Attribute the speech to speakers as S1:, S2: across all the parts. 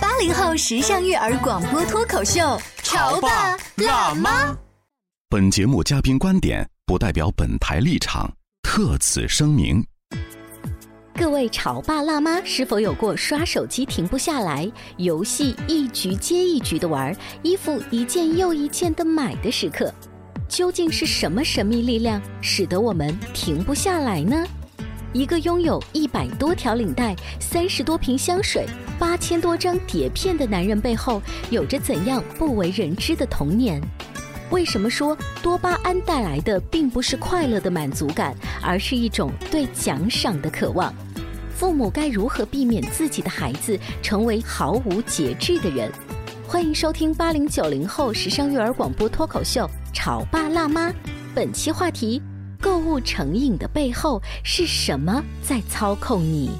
S1: 八零后时尚育儿广播脱口秀，潮爸辣妈。
S2: 妈。
S3: 本节目嘉宾观点不代表本台立场，特此声明。
S4: 各位潮爸辣妈是否有过刷手机停不下来，游戏一局接一局的玩，衣服一件又一件的买的时刻？究竟是什么神秘力量使得我们停不下来呢？一个拥有一百多条领带、三十多瓶香水、八千多张碟片的男人背后，有着怎样不为人知的童年？为什么说多巴胺带来的并不是快乐的满足感，而是一种对奖赏的渴望？父母该如何避免自己的孩子成为毫无节制的人？欢迎收听八零九零后时尚育儿广播脱口秀《潮爸辣妈》，本期话题：购物成瘾的背后是什么在操控你？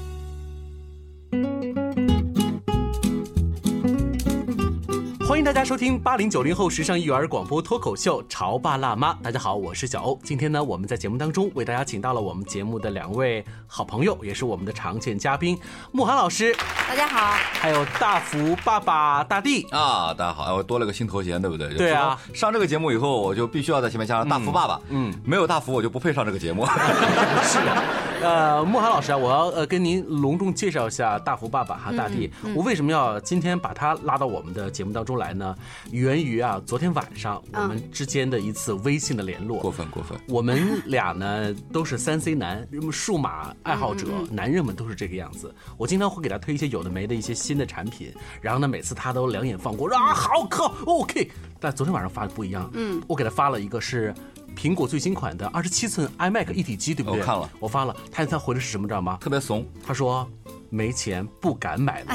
S2: 欢迎大家收听八零九零后时尚育儿广播脱口秀《潮爸辣妈》。大家好，我是小欧。今天呢，我们在节目当中为大家请到了我们节目的两位好朋友，也是我们的常见嘉宾慕寒老师，
S5: 大家好。
S2: 还有大福爸爸大地。
S6: 啊，大家好，哎我多了个新头衔，对不对？
S2: 对啊，
S6: 上这个节目以后，我就必须要在前面加上大福爸爸。
S2: 嗯嗯
S6: 没有大福我就不配上这个节目。
S2: 是的，呃，慕寒老师啊，我要呃跟您隆重介绍一下大福爸爸哈大地。我为什么要今天把他拉到我们的节目当中来呢？源于啊，昨天晚上我们之间的一次微信的联络。
S6: 过分过分，
S2: 我们俩呢都是三 C 男，那么数码爱好者，男人们都是这个样子。我经常会给他推一些有的没的一些新的产品，然后呢，每次他都两眼放光，说啊好靠 OK。但昨天晚上发的不一样，嗯，我给他发了一个是苹果最新款的二十七寸 iMac 一体机，对不对？
S6: 我看了，
S2: 我发了，他他回的是什么，知道吗？
S6: 特别怂。
S2: 他说没钱不敢买 了。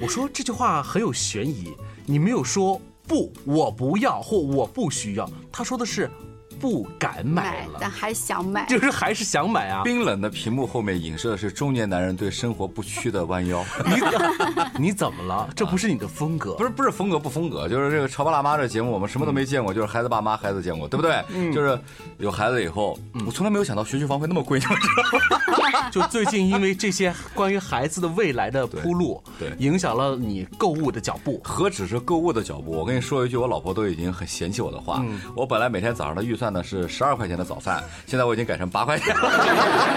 S2: 我说这句话很有悬疑，你没有说不，我不要或我不需要，他说的是不敢
S5: 哎
S2: 买了，
S7: 但还想买。
S2: 就是还是想买 啊。
S6: 冰冷的屏幕后面影射的是中年男人对生活不屈的弯腰，
S2: 你怎么了？这不是你的风格，
S6: 不是不是风格不风格，就是这个《潮爸辣妈》这节目，我们什么都没见过，就是孩子爸妈孩子见过，对不对？
S2: 嗯
S6: 就是有孩子以后，我从来没有想到学区房会那么贵，你们知道吗？
S2: 就最近因为这些关于孩子的未来的铺路，
S6: 对对
S2: 影响了你购物的脚步。
S6: 何止是购物的脚步？我跟你说一句，我老婆都已经很嫌弃我的话。
S2: 嗯
S6: 我本来每天早上的预算呢是十二块钱的早饭，现在我已经改成八块钱了。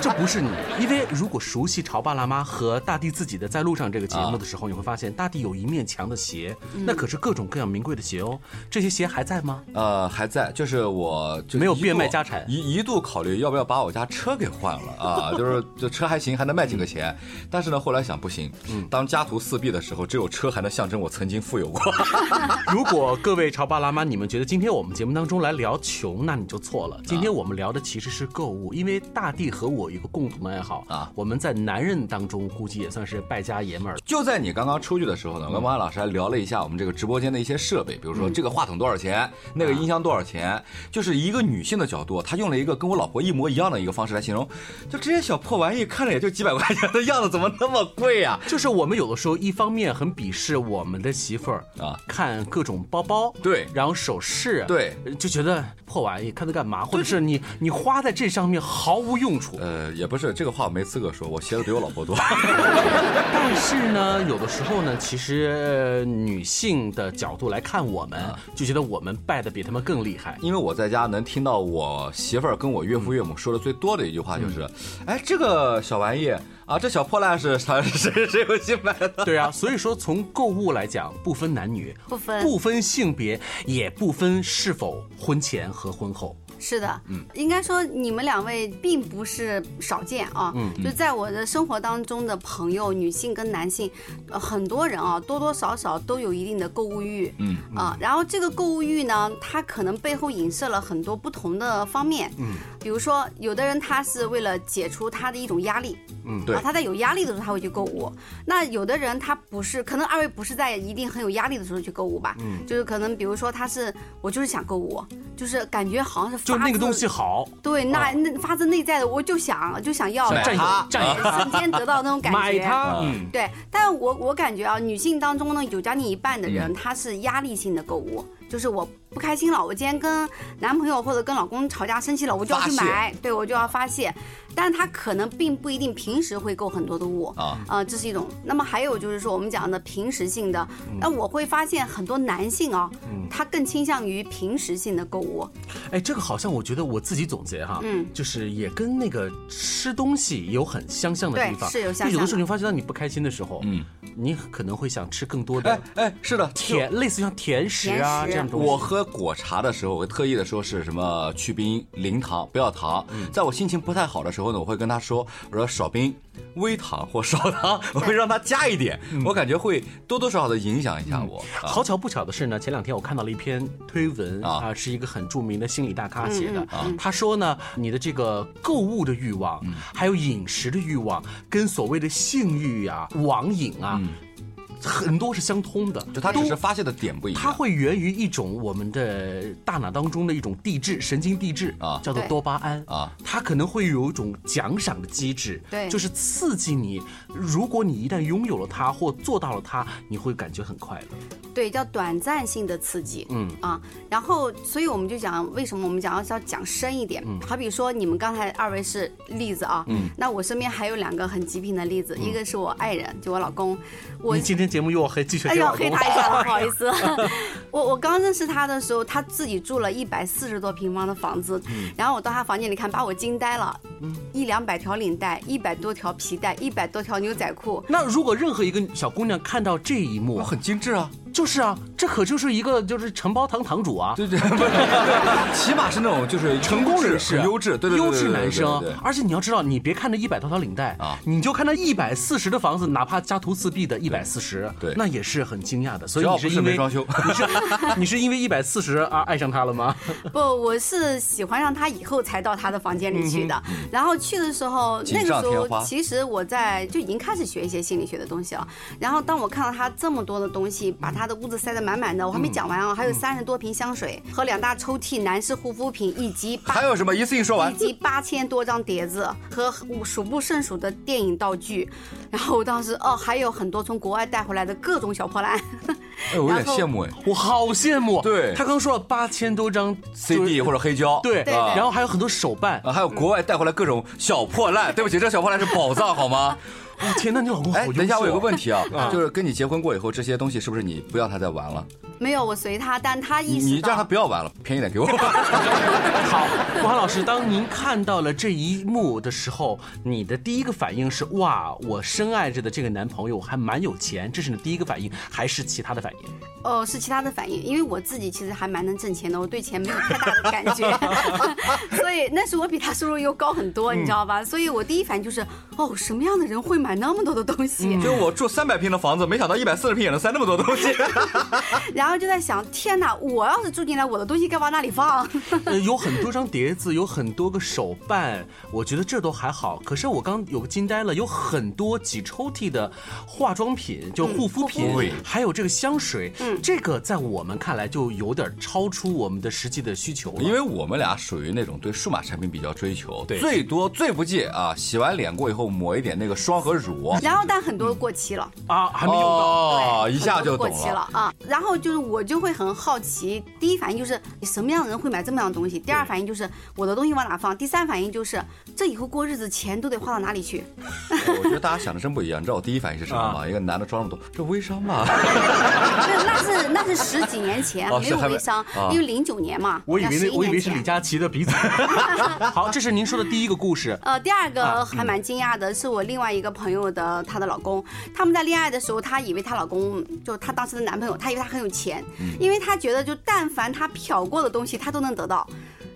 S2: 这不是你，因为如果熟悉《潮爸辣妈》和大地自己的在路上这个节目的时候，你会发现大地有一面墙的鞋，
S6: 嗯
S2: 那可是各种各样名贵的鞋哦。这些鞋还在吗？
S6: 呃，还在，就是我就
S2: 没有
S6: 一度
S2: 变卖家产
S6: 一一度考虑要不要把我家车给换了 啊，就是这车还行，还能卖几个钱。
S2: 嗯
S6: 但是呢，后来想不行，当家徒四壁的时候，只有车还能象征我曾经富有过。
S2: 如果各位潮爸辣妈，你们觉得今天我们节目当中来聊穷，那你就错
S6: 啊
S2: 了。今天我们聊的其实是购物，因为大地和我有一个共同的爱好
S6: 啊
S2: 我们在男人当中估计也算是败家爷们儿了。
S6: 就在你刚刚出去的时
S2: 嗯
S6: 候呢，我跟王安老师还聊了一下我们这个直播间的一些设备，比如说这个话筒多少
S2: 啊
S6: 钱，那个音箱多少钱，就是一个女性的角度，她用了一个跟我老婆一模一样的一个方式来形容，就这些小破玩意看着也就几百块钱的样子，怎么那么贵啊呀、
S2: 就是我们有的时候一方面很鄙视我们的媳妇儿
S6: 啊，
S2: 看各种包包，
S6: 对
S2: 然后首饰，
S6: 对
S2: 呃，就觉得破玩意看它干嘛？或者是你你花在这上面毫无用处。
S6: 呃，也不是这个话我没资格说，我鞋子比我老婆多。
S2: 但是呢，有的时候呢，其实、呃女性的角度来看我们，就觉得我们败的比他们更厉害。
S6: 因为我在家能听到我媳妇儿跟我岳父岳母说的最多的一句话就是，哎，这个小玩意啊，这小破烂是啥？谁谁有心买的？
S2: 对啊，所以说从购物来讲，不分男女，
S5: 嗯
S7: 不分
S2: 不分性别，也不分是否婚前和婚后。
S5: 是的，应该说你们两位并不是少见啊，就在我的生活当中的朋友，女性跟男性，呃很多人啊，多多少少都有一定的购物欲，
S6: 嗯
S5: 啊，然后这个购物欲呢，它可能背后影射了很多不同的方面，嗯，比如说有的人他是为了解除他的一种压力，
S2: 嗯
S6: 对
S5: 啊，他在有压力的时候他会去购物，那有的人他不是，可能二位不是在一定很有压力的时候去购物吧，嗯，就是可能比如说他是我就是想购物，就是感觉好像是
S2: 就
S5: 发
S2: 那
S5: 自
S2: 个东西好，
S5: 对，那那发自内在的，我就想就想要，
S6: 想
S2: 占有
S6: 它
S2: 占有它，
S5: 瞬间得到那种感觉。
S2: 买它，嗯，
S5: 对，但我我感觉啊，女性当中呢，有将近一半的
S6: 嗯
S5: 人她是压力性的购物，就是我不开心了，我今天跟男朋友或者跟老公吵架生气了，我就要去
S6: 发泄
S5: 买，对我就要发泄，但她可能并不一定平时会购很多的物
S6: 啊，
S5: 呃，这是一种。那么还有就是说我们讲的平时性的，
S6: 嗯
S5: 那我会发现很多男性啊，他更倾向于平时性的购物，
S2: 哎，这个好像我觉得我自己总结哈，
S5: 嗯
S2: 就是也跟那个吃东西有很相像的地方，
S5: 对是有相像的
S2: 就有的时候你会发现到你不开心的时候，
S6: 嗯，
S2: 你可能会想吃更多
S6: 哎
S2: 的
S6: 哎，是的，
S2: 甜，类似于像甜食啊
S5: 甜食
S2: 这样的东西。
S6: 我喝果茶的时候，我特意的说是什么去冰、零糖、不要糖。在我心情不太好的时候呢，我会跟他说，我说少冰、微糖或少糖，我会让他加一点，我感觉会多多少少的影响一下我。啊
S2: 好巧不巧的是呢，前两天我看到了一篇推文
S6: 啊
S2: 啊，是一个很著名的心理大咖写
S5: 嗯
S2: 的。他说呢，你的这个购物的欲望，
S6: 嗯
S2: 还有饮食的欲望，跟所谓的性欲啊、网瘾啊，很多是相通的。
S6: 嗯就他只是发泄的点不一样。
S2: 它会源于一种我们的大脑当中的一种递质，神经递质
S6: 啊
S2: 叫做
S5: 对
S2: 多巴胺
S6: 啊，
S2: 它可能会有一种奖赏的机制，
S5: 对
S2: 就是刺激你。如果你一旦拥有了它或做到了它，你会感觉很快乐。
S5: 对，叫短暂性的刺激，
S2: 嗯
S5: 啊，然后所以我们就讲为什么我们讲要要讲深一点，
S2: 嗯
S5: 好比说你们刚才二位是例子啊，那我身边还有两个很极品的例子，一个是我爱人，就我老公，我
S2: 嗯你今天节目又要黑，继续
S5: 哎
S2: 黑
S5: 呦
S2: 老
S5: 黑
S2: 公
S5: 他一下了，不好意思， 我我刚认识他的时候，他自己住了一百四十多平方的房子，
S2: 嗯
S5: 然后我到他房间里看，把我惊呆了，一两百条领带，一百多条皮带，一百多条牛仔裤，
S2: 那如果任何一个小姑娘看到这一幕
S6: 哇，很精致啊，
S2: 就是啊，这可就是一个就是承包堂堂主啊，
S6: 对对，不是对起码是那种就是
S2: 成功人士
S6: 是，啊优质，对对对，
S2: 优质
S6: 对对
S2: 男
S6: 对
S2: 生
S6: 对对。对
S2: 而且你要知道，你别看那一百多条领带
S6: 啊
S2: 你就看那一百四十的房子，哪怕家徒四壁的一百四十，
S6: 对
S2: 那也是很惊讶的。所以你
S6: 只要不
S2: 是
S6: 是
S2: 因为
S6: 没装修
S2: 你是你 是 因为一百四十而爱上他了 吗？
S5: 不，我是喜欢上他以后才到他的房间里去的。然后去的时候，
S6: 嗯锦
S5: 那
S6: 上
S5: 个
S6: 添
S5: 时
S6: 花
S5: 候其实我在就已经开始学一些心理学的东西了。然后当我看到他这么多的东西，把他的屋子塞得满满的，我还没讲完啊，
S6: 嗯
S5: 还有三十多瓶香水和两大抽屉男士护肤品以及八
S6: 还有什么一次性说完
S5: 以？及八千多张碟子和数不胜数的电影道具。然后我当时哦，还有很多从国外带回来的各种小破烂。
S6: 哎，我有点
S5: 然后
S6: 羡慕哎
S2: 我好羡慕。
S6: 对
S2: 他刚说了八千多张
S6: ，CD 或者黑胶，
S2: 对，
S5: 对
S2: 然后还有很多手办。
S6: 啊，还有国外带回来各种小破烂，对不起，这小破烂是宝藏好吗？
S2: 哦天哪，你老公好
S6: 哎，
S2: 优秀。
S6: 等一嗯下，我有个问，题啊， 就是跟你结婚过以后，这些东西是不是你不要他再玩了？
S5: 没有，我随他，但他
S6: 你
S5: 意
S6: 你
S5: 识
S6: 让他
S5: 到。
S6: 不要玩了，便宜点给我 吧。
S2: 好， 王老师，当您看到了这一幕的时候，你的第一个反应是哇，我深爱着的这个男朋友还蛮有钱，这是你的第一个反应，还是其他的 反应？
S5: 哦，是其他的反应，因为我自己其实还蛮能挣钱的，我对钱没有太大的感 觉， 所以那时候我比他收入又高很多，你知道
S6: 嗯
S5: 吧？所以我第一反应就是，哦，什么样的人会买那么多的东西？
S6: 就我住三百平的房子，没想到一百四十平也能塞那么多东西。
S5: 然后就在想，天哪，我要是住进来，我的东西该往哪里放？
S2: 呃，有很多张碟子，有很多个手办，我觉得这都还好。可是我刚有个惊呆了，有很多几抽屉的化妆品，就嗯护肤品，嗯
S6: 对
S2: 还有这个香水，这个在我们看来就有点超出我们的实际的需求了。
S6: 因为我们俩属于那种对数码产品比较追求，
S2: 对
S6: 最多最不济啊，洗完脸过以后抹一点那个霜和乳。
S5: 然后但很多过期了，
S2: 啊，还没用到。
S6: 哦，
S5: 对
S6: 一下就懂
S5: 很多过期了。啊。然后就是我就会很好奇，第一反应就是什么样的人会买这么样的东西？第二反应就是我的东西往哪放？第三反应就是这以后过日子钱都得花到哪里去？
S6: 我觉得大家想的真不一样。你知道我第一反应是什么吗？
S2: 啊
S6: 一个男的装那么多，这微商吧？
S5: 不是，那是那是十几年前
S6: 哦
S5: 没
S6: 是
S5: 有
S6: 还没
S5: 微商
S6: 啊，
S5: 因为零九年嘛，
S2: 我以
S5: 那
S2: 为那
S5: 11
S2: 我以为
S5: 年
S2: 是李
S5: 前。
S2: 佳琦的鼻子。 好，这是您说的第一个故事。
S5: 呃，第二个还蛮惊讶的，是我另外一个朋友的她的老公，他们在恋爱的时候，她以为她老公就她当时的男朋友，她以为他很有钱，因为她觉得就但凡她瞟过的东西，她都能得到。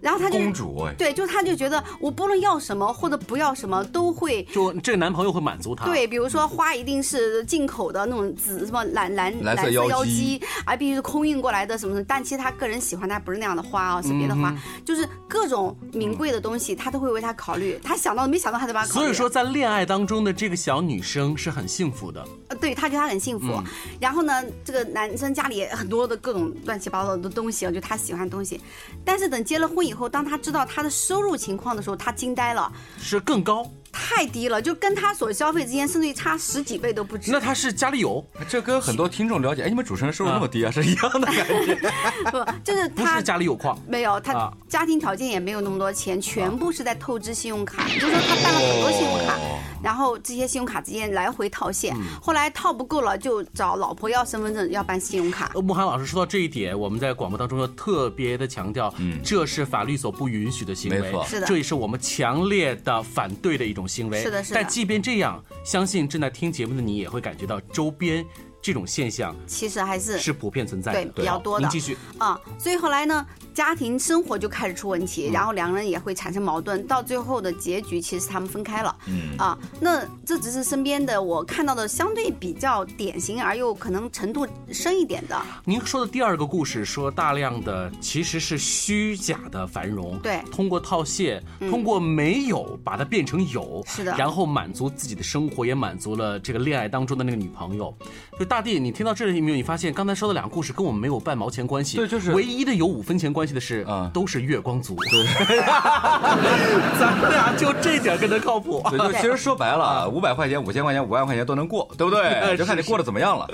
S5: 然后他就
S6: 公主哎
S5: 对，就他就觉得我不论要什么或者不要什么都会。
S2: 就这个男朋友会满足她。
S5: 对，比如说花一定是进口的那种紫什么蓝蓝
S6: 蓝色
S5: 色
S6: 妖
S5: 妖
S6: 姬，
S5: 而必须是空运过来的什么什么。但其实他个人喜欢，他不是那样的花哦，是别的
S2: 嗯
S5: 花，就是各种名贵的东西，他都会为他考虑。他想到没想到，他都把他考虑。
S2: 所以说，，在恋爱当中的这个小女生是很幸福的，
S5: 呃对他觉得他很幸福。
S2: 嗯
S5: 然后呢，这个男生家里也很多的各种乱七八糟的东西，就他喜欢的东西。但是等结了婚以后，当他知道他的收入情况的时候，他惊呆了，
S2: 是更高。
S5: 太低了，就跟他所消费之间甚至于差十几倍都不止。
S2: 那她是家里有，
S6: 这跟很多听众了解，哎，你们主持人收入那么低啊，是一样的感 觉。
S5: 不 就是
S2: 不
S5: 他
S2: 是家里有矿。
S5: 没有，他
S2: 啊
S5: 家庭条件也没有那么多钱，全部是在透支信用卡，就是说他办了很多信用卡，然后这些信用卡之间来回套现，后来套不够了就找老婆要身份证，要办信用卡。
S2: 呃慕寒老师说到这一点，我们在广播当中要特别的强调，这是法律所不允许的行为，
S6: 嗯没错
S5: 是的
S2: 这也是我们强烈的反对的一种行为。
S5: 是的是的
S2: 但即便这样，相信正在听节目的你也会感觉到周边这种现象
S5: 其实还是
S2: 是普遍存在的，
S5: 对比较多的
S2: 您继续，
S5: 啊、所以后来呢，家庭生活就开始出问题，然后两个人也会产生矛盾，到最后的结局其实他们分开了。嗯啊，那这只是身边的我看到的相对比较典型而又可能程度深一点的。
S2: 您说的第二个故事说大量的其实是虚假的繁荣，
S5: 对嗯
S2: 通过套现，通过没有把它变成有，
S5: 是的
S2: 然后满足自己的生活，也满足了这个恋爱当中的那个女朋友。就大地，你听到这里有没有？你发现刚才说的两个故事跟我们没有半毛钱关系，
S6: 对就是
S2: 唯一的有五分钱关系的是，
S6: 嗯
S2: 都是月光族，对， 咱俩就这点跟他靠谱。
S6: 对，就其实说白了，啊五百块钱、五千块钱、五万块钱都能过，对不对？
S2: 是
S6: 就看你过得怎么样了。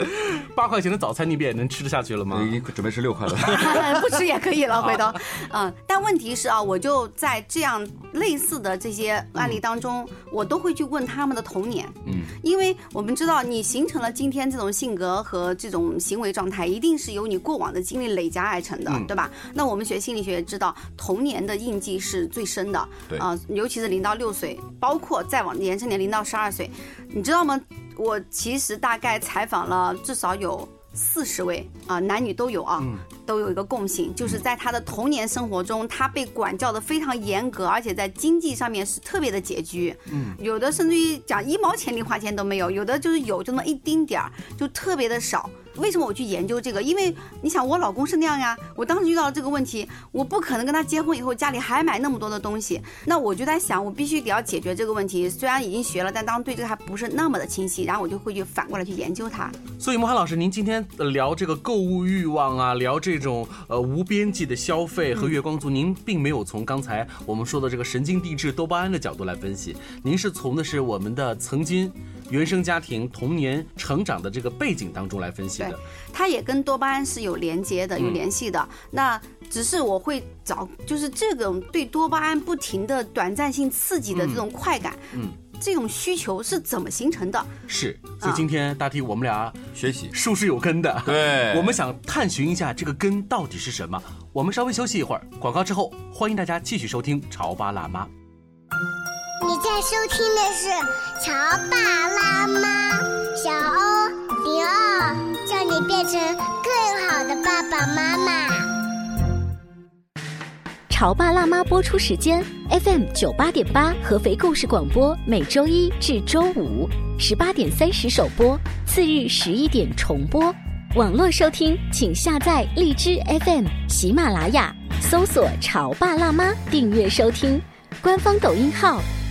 S2: 八块钱的早餐，你们也能吃得下去了吗？
S6: 你准备吃六块了，
S5: 不吃也可以了，回头，嗯，但问题是啊，我就在这样类似的这些案例当中，我都会去问他们的童年，嗯，因为我们知道你形成了今天这种性格和这种行为状态，一定是由你过往的经历累加而成的，对吧？那我们学心理学也知道，童年的印记是最深的，
S6: 对
S5: 啊、尤其是零到六岁，包括再往延伸点零到十二岁，你知道吗？我其实大概采访了至少有四十位啊、男女都有啊，都有一个共性，就是在他的童年生活中，他被管教的非常严格，而且在经济上面是特别的拮据，嗯，有的甚至于讲一毛钱零花钱都没有，有的就是有就那么一丁点儿，就特别的少。为什么我去研究这个？因为你想，我老公是那样呀，我当时遇到了这个问题，我不可能跟他结婚以后家里还买那么多的东西，那我就在想，我必须得要解决这个问题。虽然已经学了，但当对这个还不是那么的清晰，然后我就会去反过来去研究它。
S2: 所以，莫涵老师，您今天呃聊这个购物欲望啊，聊这种呃无边际的消费和月光族，您并没有从刚才我们说的这个神经递质多巴胺的角度来分析，您是从的是我们的曾经原生家庭、童年成长的这个背景当中来分析的
S5: 对。它也跟多巴胺是有连接
S6: 嗯
S5: 的、有联系的。那只是我会找，就是这种对多巴胺不停的短暂性刺激的这种快感，
S2: 嗯
S5: 这种需求是怎么形成的？
S2: 是，所以
S5: 啊
S2: 今天大体我们俩
S6: 学习。
S2: 树是有根的。
S6: 对
S2: 我们想探寻一下这个根到底是什么。我们稍微休息一会儿，广告之后，欢迎大家继续收听《潮爸辣妈》。
S8: 你在收听的是《潮爸辣妈》，小欧零二，叫你变成更好的爸爸妈妈。
S4: 《潮爸辣妈》播出时间：FM 九八点八，合肥故事广播，每周一至周五十八点三十首播，次日十一点重播。网络收听，请下载荔枝 FM、喜马拉雅，搜索“潮爸辣妈”订阅收听。官方抖音号“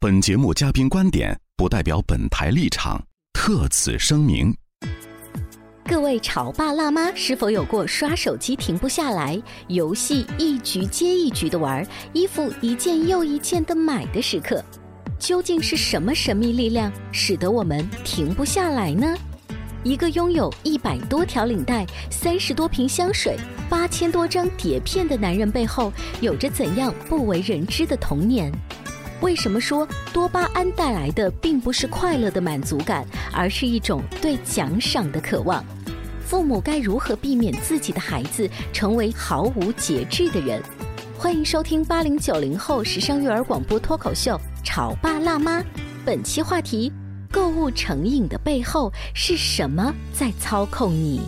S3: 本节目嘉宾观点不代表本台立场，特此声明。
S4: 各位潮爸辣妈是否有过刷手机停不下来、游戏一局接一局的玩、衣服一件又一件的买的时刻？究竟是什么神秘力量使得我们停不下来呢？一个拥有一百多条领带、三十多瓶香水、八千多张碟片的男人背后，有着怎样不为人知的童年？为什么说多巴胺带来的并不是快乐的满足感，而是一种对奖赏的渴望？父母该如何避免自己的孩子成为毫无节制的人？欢迎收听八零九零后时尚育儿广播脱口秀《潮爸辣妈》，本期话题：购物成瘾的背后是什么在操控你？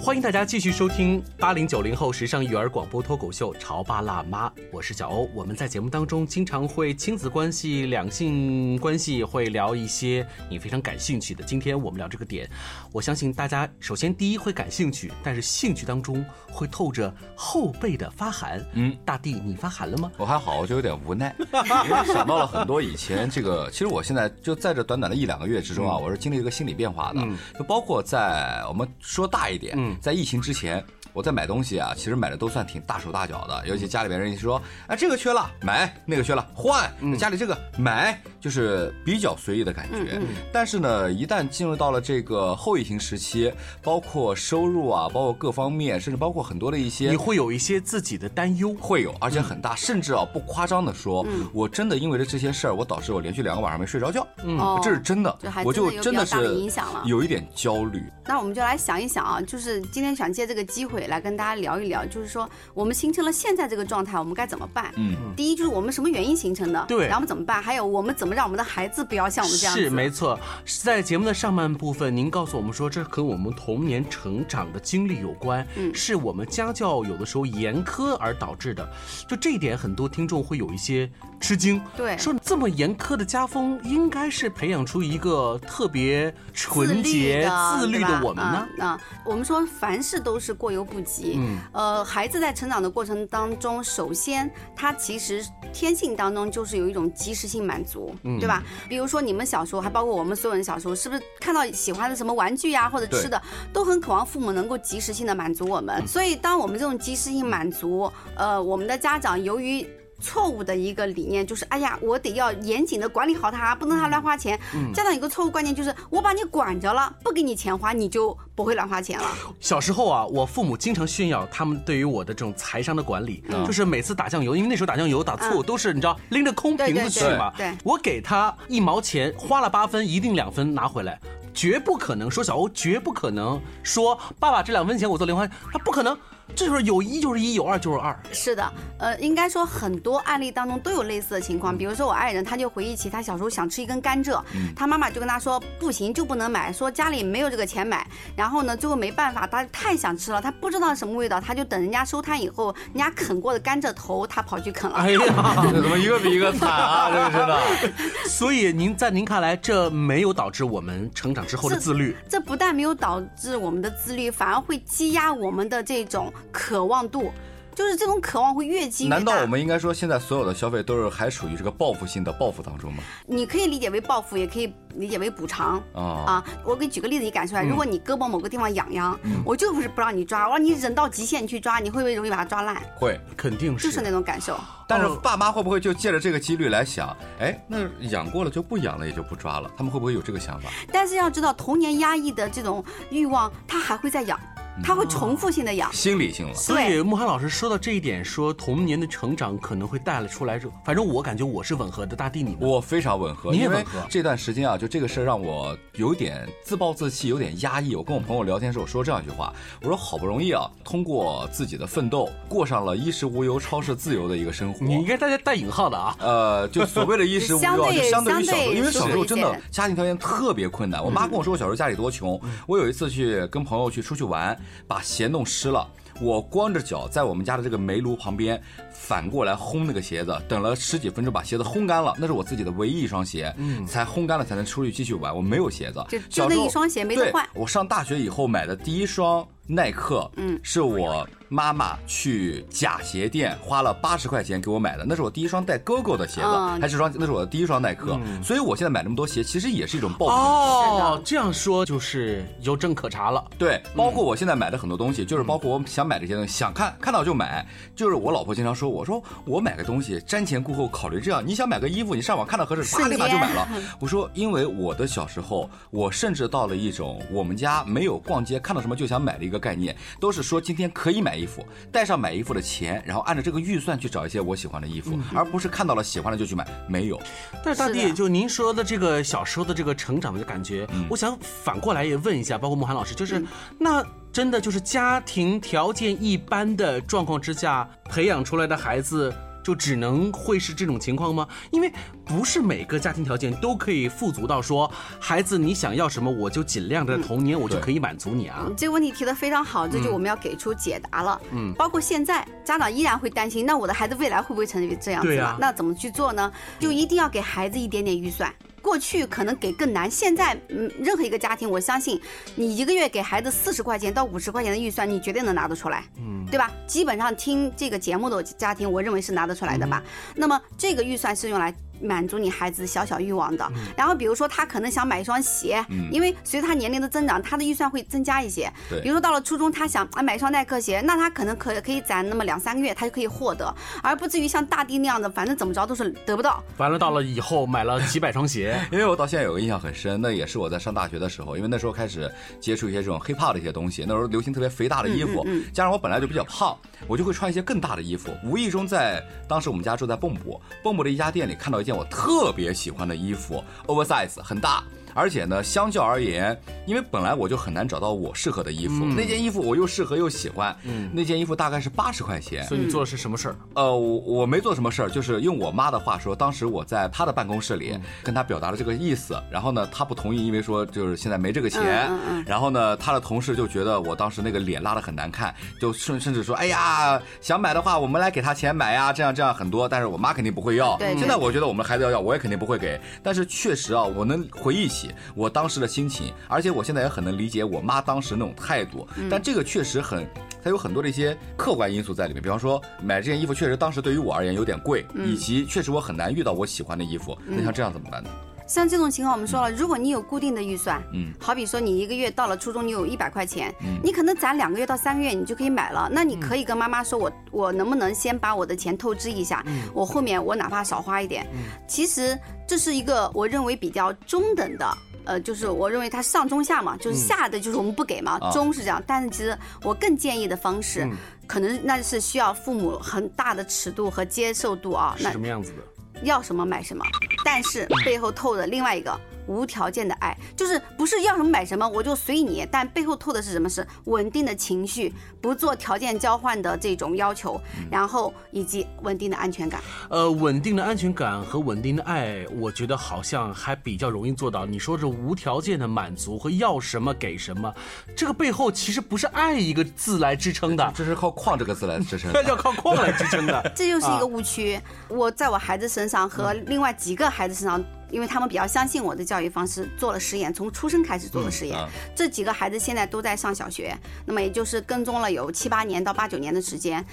S2: 欢迎大家继续收听八零九零后时尚育儿广播脱口秀《潮爸辣妈》，我是小欧。我们在节目当中经常会亲子关系、两性关系会聊一些你非常感兴趣的。今天我们聊这个点，我相信大家首先第一会感兴趣，但是兴趣当中会透着后背的发寒。嗯，大地，你发寒了吗？
S6: 我还好，我就有点无奈，因为想到了很多以前这个。 其实我现在就在这短短的一两个月之中
S2: 嗯
S6: 啊，我是经历一个心理变化的，就包括在我们说大一点，
S2: 嗯
S6: 在疫情之前，我在买东西啊，其实买的都算挺大手大脚
S2: 嗯
S6: 的，尤其家里边人一说，哎，这个缺了买，那个缺了换，
S2: 嗯
S6: 家里这个买，就是比较随意的感
S2: 嗯
S6: 觉。但是呢，一旦进入到了这个后疫情时期，包括收入啊，包括各方面，甚至包括很多的一些，
S2: 你会有一些自己的担忧，
S6: 会有，而且
S5: 嗯
S6: 很大，甚至啊，不夸张的说，我真的因为了这些事儿，我导致我连续两个晚上没睡着觉，嗯
S5: 哦
S6: 这是真的
S5: 这还，
S6: 我就
S5: 真
S6: 真
S5: 的有比
S6: 的
S5: 较大的
S6: 是
S5: 影响了
S6: 有一点焦 虑。
S5: 那我们就来想一想啊，就是今天想借这个机会来跟大家聊一聊，就是说我们形成了现在这个状态，我们该怎么办？
S6: 嗯，，
S5: 第一就是我们什么原因形成的，
S2: 对
S5: 然后我们怎么办？还有我们怎么让我们的孩子不要像我们这样子？
S2: 是没错，是在节目的上半部分，您告诉我们说，这和我们童年成长的经历有关，
S5: 嗯
S2: 是我们家教有的时候严苛而导致的。就这一点，很多听众会有一些吃惊，
S5: 对
S2: 说这么严苛的家风，应该是培养出一个特别纯洁、自律
S5: 的
S2: 的我们呢？
S5: 对吧啊啊，我们说凡事都是过犹不及。
S2: 嗯
S5: 呃，孩子在成长的过程当中，首先他其实天性当中就是有一种及时性满足，
S9: 嗯
S5: 对吧？比如说你们小时候，还包括我们所有人小时候，是不是看到喜欢的什么玩具呀、或者吃的，都很渴望父母能够及时性的满足我们。
S2: 嗯
S5: 所以，当我们这种及时性满足，呃，我们的家长由于错误的一个理念就是，哎呀，我得要严谨的管理好他，不能让他乱花钱。
S2: 嗯
S5: 家长有个错误观念就是，我把你管着了，不给你钱花，你就不会乱花钱了。
S2: 小时候啊，我父母经常炫耀他们对于我的这种财商的管理，
S5: 嗯
S2: 就是每次打酱油，因为那时候打酱油、打醋
S5: 嗯
S2: 都是你知道拎着空瓶子去嘛，
S5: 对对对对
S2: 我给他一毛钱，花了八分，一定两分拿回来。绝不可能说小欧，绝不可能说爸爸这两分钱我做零花，他不可能，这就是有一就是一，有二就 是二。
S5: 是的，呃，应该说很多案例当中都有类似的情况。比如说我爱人，他就回忆起他小时候想吃一根甘蔗，
S2: 嗯
S5: 他妈妈就跟他说不行就不能买，说家里没有这个钱买。然后呢，最后没办法，他太想吃了，他不知道什么味道，他就等人家收摊以后，人家啃过的甘蔗头，他跑去啃了。
S2: 哎呀
S6: 这怎么一个比一个惨啊？这是真的。
S2: 所以您在您看来，这没有导致我们成长之后的自律。
S5: 这不但没有导致我们的自律，反而会积压我们的这种渴望度，就是这种渴望会越积越大。
S6: 难道我们应该说，现在所有的消费都是还属于这个报复性的报复当中吗？
S5: 你可以理解为报复，也可以理解为补偿。
S6: 啊
S5: 啊，我给你举个例子，你感受来，
S6: 嗯
S5: 如果你胳膊某个地方痒痒，我就不是不让你抓，我让你忍到极限去抓，你会不会容易把它抓烂？
S6: 会，
S2: 肯定
S5: 就是那种感受。
S6: 但
S5: 哦
S6: 是爸妈会不会就借着这个几率来想，哎，那养过了就不养了，也就不抓了？他们会不会有这个想法？
S5: 但是要知道，童年压抑的这种欲望，它还会再痒，
S6: 嗯
S5: 它会重复性的痒。
S6: 心理性了。
S2: 所以慕寒老师说到这一点，说童年的成长可能会带了出来，反正我感觉我是吻合的，大地你呢？
S6: 我非常吻合，
S2: 你也
S6: 因为
S2: 吻合
S6: 这段时间啊，就这个事儿让我有点自暴自弃，有点压抑。我跟我朋友聊天的时候，我说这样一句话，我说好不容易啊，通过自己的奋斗，过上了衣食无忧、超市自由的一个生活。你应
S2: 该大家带引号的啊。
S6: 呃，就所谓的衣食无忧啊，
S2: 相对
S6: 就相对于小时
S2: 相
S6: 候，
S2: 对
S6: 因为小时候真
S2: 舒
S6: 的
S2: 服一些
S6: 家庭条件特别困难。我妈跟我说我小时候家里多穷，
S2: 嗯
S6: 我有一次去跟朋友去出去玩，把鞋弄湿了。我光着脚在我们家的这个煤炉旁边反过来烘那个鞋子，等了十几分钟把鞋子烘干了，那是我自己的唯一一双鞋，
S5: 嗯
S6: 才烘干了才能出去继续玩。我没有鞋子，
S5: 就就
S6: 小
S5: 那
S6: 时候
S5: 一双鞋没得
S6: 对
S5: 换
S6: 我上大学以后买的第一双耐克，嗯，是我妈妈去假鞋店花了八十块钱给我买的，那是我第一双带 GoGo 的鞋子，
S2: 嗯
S6: 还是双，那是我的第一双耐克，
S2: 嗯
S6: 所以我现在买那么多鞋，其实也是一种报复。
S2: 哦，这样说就是有证可查了。
S6: 对，包括我现在买的很多东西，
S2: 嗯
S6: 就是包括我想买这些东西，想看看到就买。就是我老婆经常说，我说我买个东西瞻前顾后考虑这样，你想买个衣服，你上网看到合适，啪
S2: 瞬
S6: 立
S2: 间
S6: 马就 买了。我说，因为我的小时候，我甚至到了一种我们家没有逛街看到什么就想买的一个概念，都是说今天可以买衣服，带上买衣服的钱，然后按照这个预算去找一些我喜欢的衣
S2: 嗯
S6: 服，而不是看到了喜欢的就去买。没有，
S2: 但是大地，就您说的这个小时候的这个成长的感觉，我想反过来也问一下，包括慕寒老师，就是、那真的就是家庭条件一般的状况之下培养出来的孩子。就只能会是这种情况吗？因为不是每个家庭条件都可以富足到说，孩子你想要什么，我就尽量的童年我就可以满足你啊。
S5: 嗯这个问题提的非常好，
S6: 嗯
S5: 这就我们要给出解答了。
S2: 嗯
S5: 包括现在家长依然会担心，那我的孩子未来会不会成为这样子
S2: 对
S5: 呢？
S2: 啊
S5: 那怎么去做呢？就一定要给孩子一点点预算。过去可能给更难，现在嗯，任何一个家庭，我相信你一个月给孩子四十块钱到五十块钱的预算，你绝对能拿得出来。
S9: 嗯
S5: 对吧？基本上听这个节目的家庭，我认为是拿得出来的吧。那么这个预算是用来。满足你孩子小小欲望的，然后比如说他可能想买一双鞋，
S9: 嗯
S5: 因为随着他年龄的增长，他的预算会增加一些。
S9: 对
S5: 比如说到了初中，他想啊买一双耐克鞋，那他可能可可以攒那么两三个月，他就可以获得，而不至于像大地那样的，反正怎么着都是得不到。
S2: 完了，到了以后买了几百双鞋，
S6: 因为我到现在有个印象很深，那也是我在上大学的时候，因为那时候开始接触一些这种 hiphop 的一些东西，那时候流行特别肥大的衣服，
S2: 嗯嗯嗯
S6: 加上我本来就比较胖，我就会穿一些更大的衣服。无意中在当时我们家住在蚌埠，蚌埠的一家店里看到一件我特别喜欢的衣服，oversize 很大。而且呢，相较而言，因为本来我就很难找到我适合的衣服，
S2: 嗯
S6: 那件衣服我又适合又喜欢，那件衣服大概是八十块钱，
S2: 所以你做的是什么事儿？
S6: 呃，我我没做什么事儿，就是用我妈的话说，当时我在她的办公室
S2: 嗯
S6: 里跟她表达了这个意思，然后呢，她不同意，因为说就是现在没这个钱，
S2: 嗯嗯嗯
S6: 然后呢，她的同事就觉得我当时那个脸拉的很难看，就甚甚至说，哎呀，想买的话我们来给她钱买呀，这样这样很多，但是我妈肯定不会要。
S2: 对对
S6: 现在我觉得我们的孩子要要，我也肯定不会给，但是确实啊，我能回忆起我当时的心情，而且我现在也很能理解我妈当时那种态度，
S2: 嗯
S6: 但这个确实很它有很多的一些客观因素在里面，比方说买这件衣服确实当时对于我而言有点贵，
S5: 嗯
S6: 以及确实我很难遇到我喜欢的衣服。那像这样怎 么办呢？
S5: 像这种情况，我们说了，
S9: 嗯
S5: 如果你有固定的预算，
S6: 嗯
S5: 好比说你一个月到了初中，你有一百块钱，
S6: 嗯
S5: 你可能攒两个月到三个月，你就可以买了。那
S9: 嗯
S5: 你可以跟妈妈说，我我能不能先把我的钱透支一下，
S9: 嗯
S5: 我后面我哪怕少花一点。
S9: 嗯
S5: 其实这是一个我认为比较中等的。呃，就是我认为它上中下嘛，就是
S9: 嗯
S5: 下的就是我们不给嘛，
S9: 啊
S5: 中是这样。但是其实我更建议的方式，
S2: 嗯
S5: 可能那是需要父母很大的尺度和接受度啊。
S2: 是
S5: 那
S2: 什么样子的？
S5: 要什么买什么，但是背后透的另外一个无条件的爱，就是不是要什么买什么我就随你，但背后透的是什么？是稳定的情绪，不做条件交换的这种要求，然后以及稳定的安全感。。
S2: 呃，稳定的安全感和稳定的爱，我觉得好像还比较容易做到。你说这无条件的满足和要什么给什么，这个背后其实不是“爱”一个字来支撑的，
S6: 这是靠“矿”这个字来支撑啊
S2: 那叫靠“矿”来支撑的
S5: 这就是一个
S2: 啊
S5: 误区。我在我孩子身上和另外几个孩子身上，因为他们比较相信我的教育方式，做了实验，从出生开始做
S6: 嗯
S5: 了
S6: 啊
S5: 实验。这几个孩子现在都在上小学，那么也就是跟踪了有七八年到八九年的时间。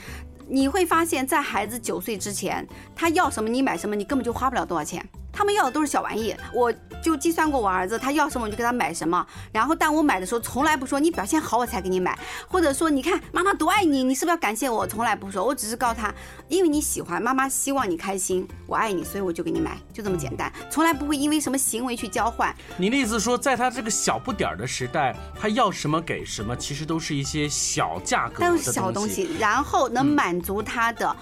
S5: 你会发现在孩子九岁之前，他要什么你买什么，你根本就花不了多少钱。他们要的都是小玩意，我就计算过我儿子，他要什么我就给他买什么。然后，但我买的时候从来不说你表现好我才给你买，或者说你看妈妈多爱你，你是不是要感谢我？从来不说，我只是告诉他，因为你喜欢妈妈，希望你开心，我爱你，所以我就给你买，就这么简单，从来不会因为什么行为去交换。
S2: 你的意思说，在他这个小不点儿的时代，他要什么给什么，其实都是一些小价格的
S5: 都是小东西，然后能满足他的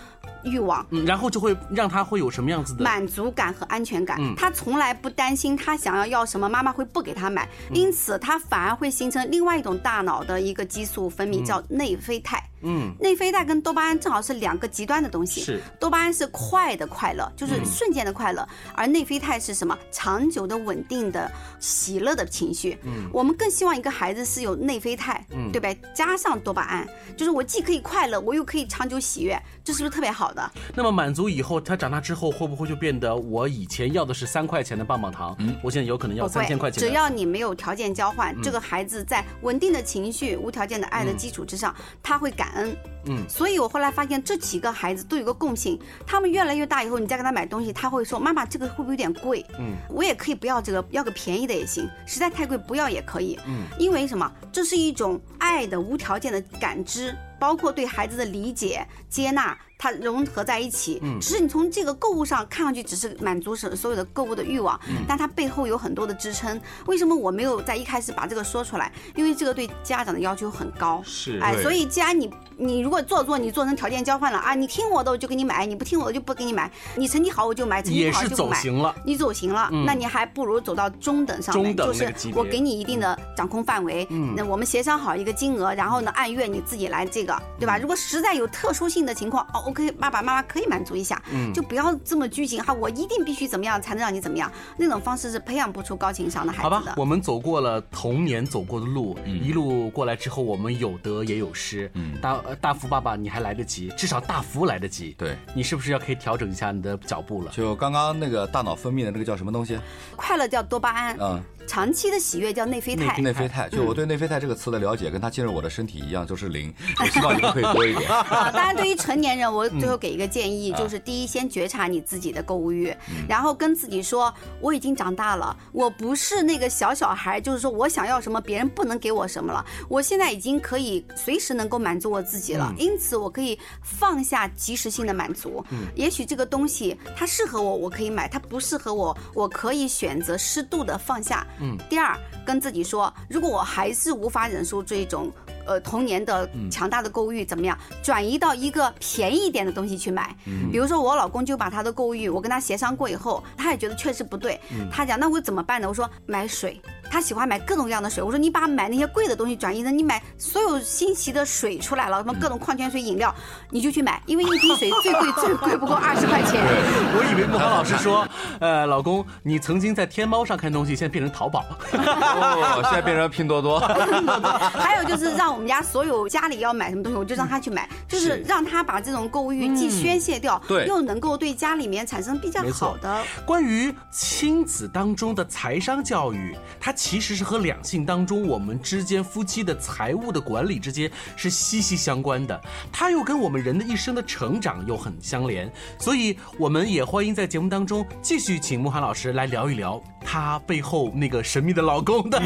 S5: 欲望。
S2: 嗯，然后就会让他会有什么样子的？
S5: 满足感和安全感，
S2: 嗯
S5: 他从来不担心他想要要什么，妈妈会不给他买，
S2: 嗯
S5: 因此他反而会形成另外一种大脑的一个激素分泌，
S9: 嗯
S5: 叫内啡肽。
S2: 嗯
S5: 内啡肽跟多巴胺正好是两个极端的东西。
S9: 是
S5: 多巴胺是快的快乐，就是
S9: 嗯
S5: 瞬间的快乐，而内啡肽是什么？长久的、稳定的、喜乐的情绪。
S9: 嗯
S5: 我们更希望一个孩子是有内啡肽，
S9: 嗯
S5: 对不对？加上多巴胺，就是我既可以快乐，我又可以长久喜悦，这是不是特别好？好的。
S2: 那么满足以后，他长大之后会不会就变得我以前要的是三块钱的棒棒糖，我现在有可能要
S5: 不
S2: 三
S5: 会
S2: 千块，钱的？
S5: 只要你没有条件交换，
S2: 嗯
S5: 这个孩子在稳定的情绪、无条件的爱的基础之上，他会感恩。
S2: 嗯
S5: 所以我后来发现这几个孩子都有个共性，他们越来越大以后，你再给他买东西，他会说：“妈妈，这个会不会有点贵？
S2: 嗯
S5: 我也可以不要这个，要个便宜的也行，实在太贵不要也可以。”
S2: 嗯
S5: 因为什么？这是一种爱的无条件的感知，包括对孩子的理解、接纳，它融合在一起。
S9: 嗯
S5: 只是你从这个购物上看上去只是满足所所有的购物的欲望，
S9: 嗯
S5: 但它背后有很多的支撑。为什么我没有在一开始把这个说出来？因为这个对家长的要求很高。
S9: 是
S5: 哎，
S9: 对
S5: 所以既然你你如果做做，你做成条件交换了啊，你听我的我就给你买，你不听我的就不给你买，你成绩好我就买，成绩
S2: 也
S5: 不好
S2: 是
S5: 就不
S2: 走
S5: 买。
S2: 形了。
S5: 你走行了，
S2: 嗯
S5: 那你还不如走到中等上面，
S2: 中等
S5: 就
S2: 那个
S5: 是
S2: 级别
S5: 我给你一定的掌控范围，
S2: 嗯
S5: 那我们协商好一个金额，然后呢按月你自己来这个，对吧？
S2: 嗯
S5: 如果实在有特殊性的情况，哦，OK，爸爸妈妈可以满足一下，
S9: 嗯
S5: 就不要这么拘谨哈，我一定必须怎么样才能让你怎么样，那种方式是培养不出高情商的孩
S2: 好
S5: 子
S2: 吧
S5: 的，。
S2: 我们走过了童年走过的路，一路过来之后，我们有得也有失。
S6: 嗯
S2: 大呃大福爸爸，你还来得及，至少大福来得及。
S6: 对，
S2: 你是不是要可以调整一下你的脚步了？
S6: 就刚刚那个大脑分泌的那个叫什么东西？
S5: 快乐叫多巴胺，
S6: 嗯，
S5: 长期的喜悦叫内啡肽，嗯
S6: 内啡肽，就我对内啡肽这个词的了解，跟它进入我的身体一样，就是零。我希望你们可以多一点。
S5: 啊，当然，对于成年人，我最后给一个建议，
S9: 啊
S6: 嗯
S5: 就是第一，先觉察你自己的购物欲，
S9: 嗯
S5: 然后跟自己说，我已经长大了，我不是那个小小孩，就是说我想要什么，别人不能给我什么了，我现在已经可以随时能够满足我自己了
S9: 嗯，
S5: 因此我可以放下及时性的满足
S9: 嗯。
S5: 也许这个东西它适合我，我可以买；它不适合我，我可以选择适度的放下。
S9: 嗯
S5: 第二，跟自己说，如果我还是无法忍受这一种呃童年的强大的购物欲，怎么样转移到一个便宜一点的东西去买？
S9: 嗯
S5: 比如说我老公就把他的购物欲，我跟他协商过以后，他也觉得确实不对，
S9: 嗯
S5: 他讲那我怎么办呢？我说买水。他喜欢买各种各样的水，我说你把买那些贵的东西转移成你买所有新奇的水出来了，什么各种矿泉水、饮料，你就去买，因为一瓶水最贵最贵不过二十块钱。
S2: 我以为木华老师说，呃，老公，你曾经在天猫上看东西，现在变成淘宝，
S6: 哦，现在变成拼多多。
S5: 还有就是让我们家所有家里要买什么东西，我就让他去买，就是让他把这种购物欲既宣泄掉，
S2: 对
S5: 又能够对家里面产生比较
S2: 没
S5: 好
S2: 错
S5: 的。
S2: 关于亲子当中的财商教育，它其实是和两性当中我们之间夫妻的财务的管理之间是息息相关的，它又跟我们人的一生的成长又很相连。所以，我们也欢迎在节目当中继续请慕寒老师来聊一聊他背后那个神秘的老公 的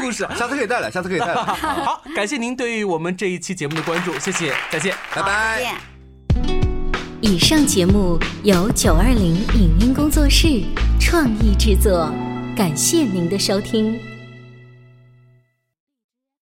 S2: 故事。
S6: 下次可以带来，下次可以 带来
S2: 好，感谢您对于我们这一期节目的关注，谢谢，再见，
S6: 拜拜。
S4: 以上节目由九二零影音工作室创意制作，感谢您的收听。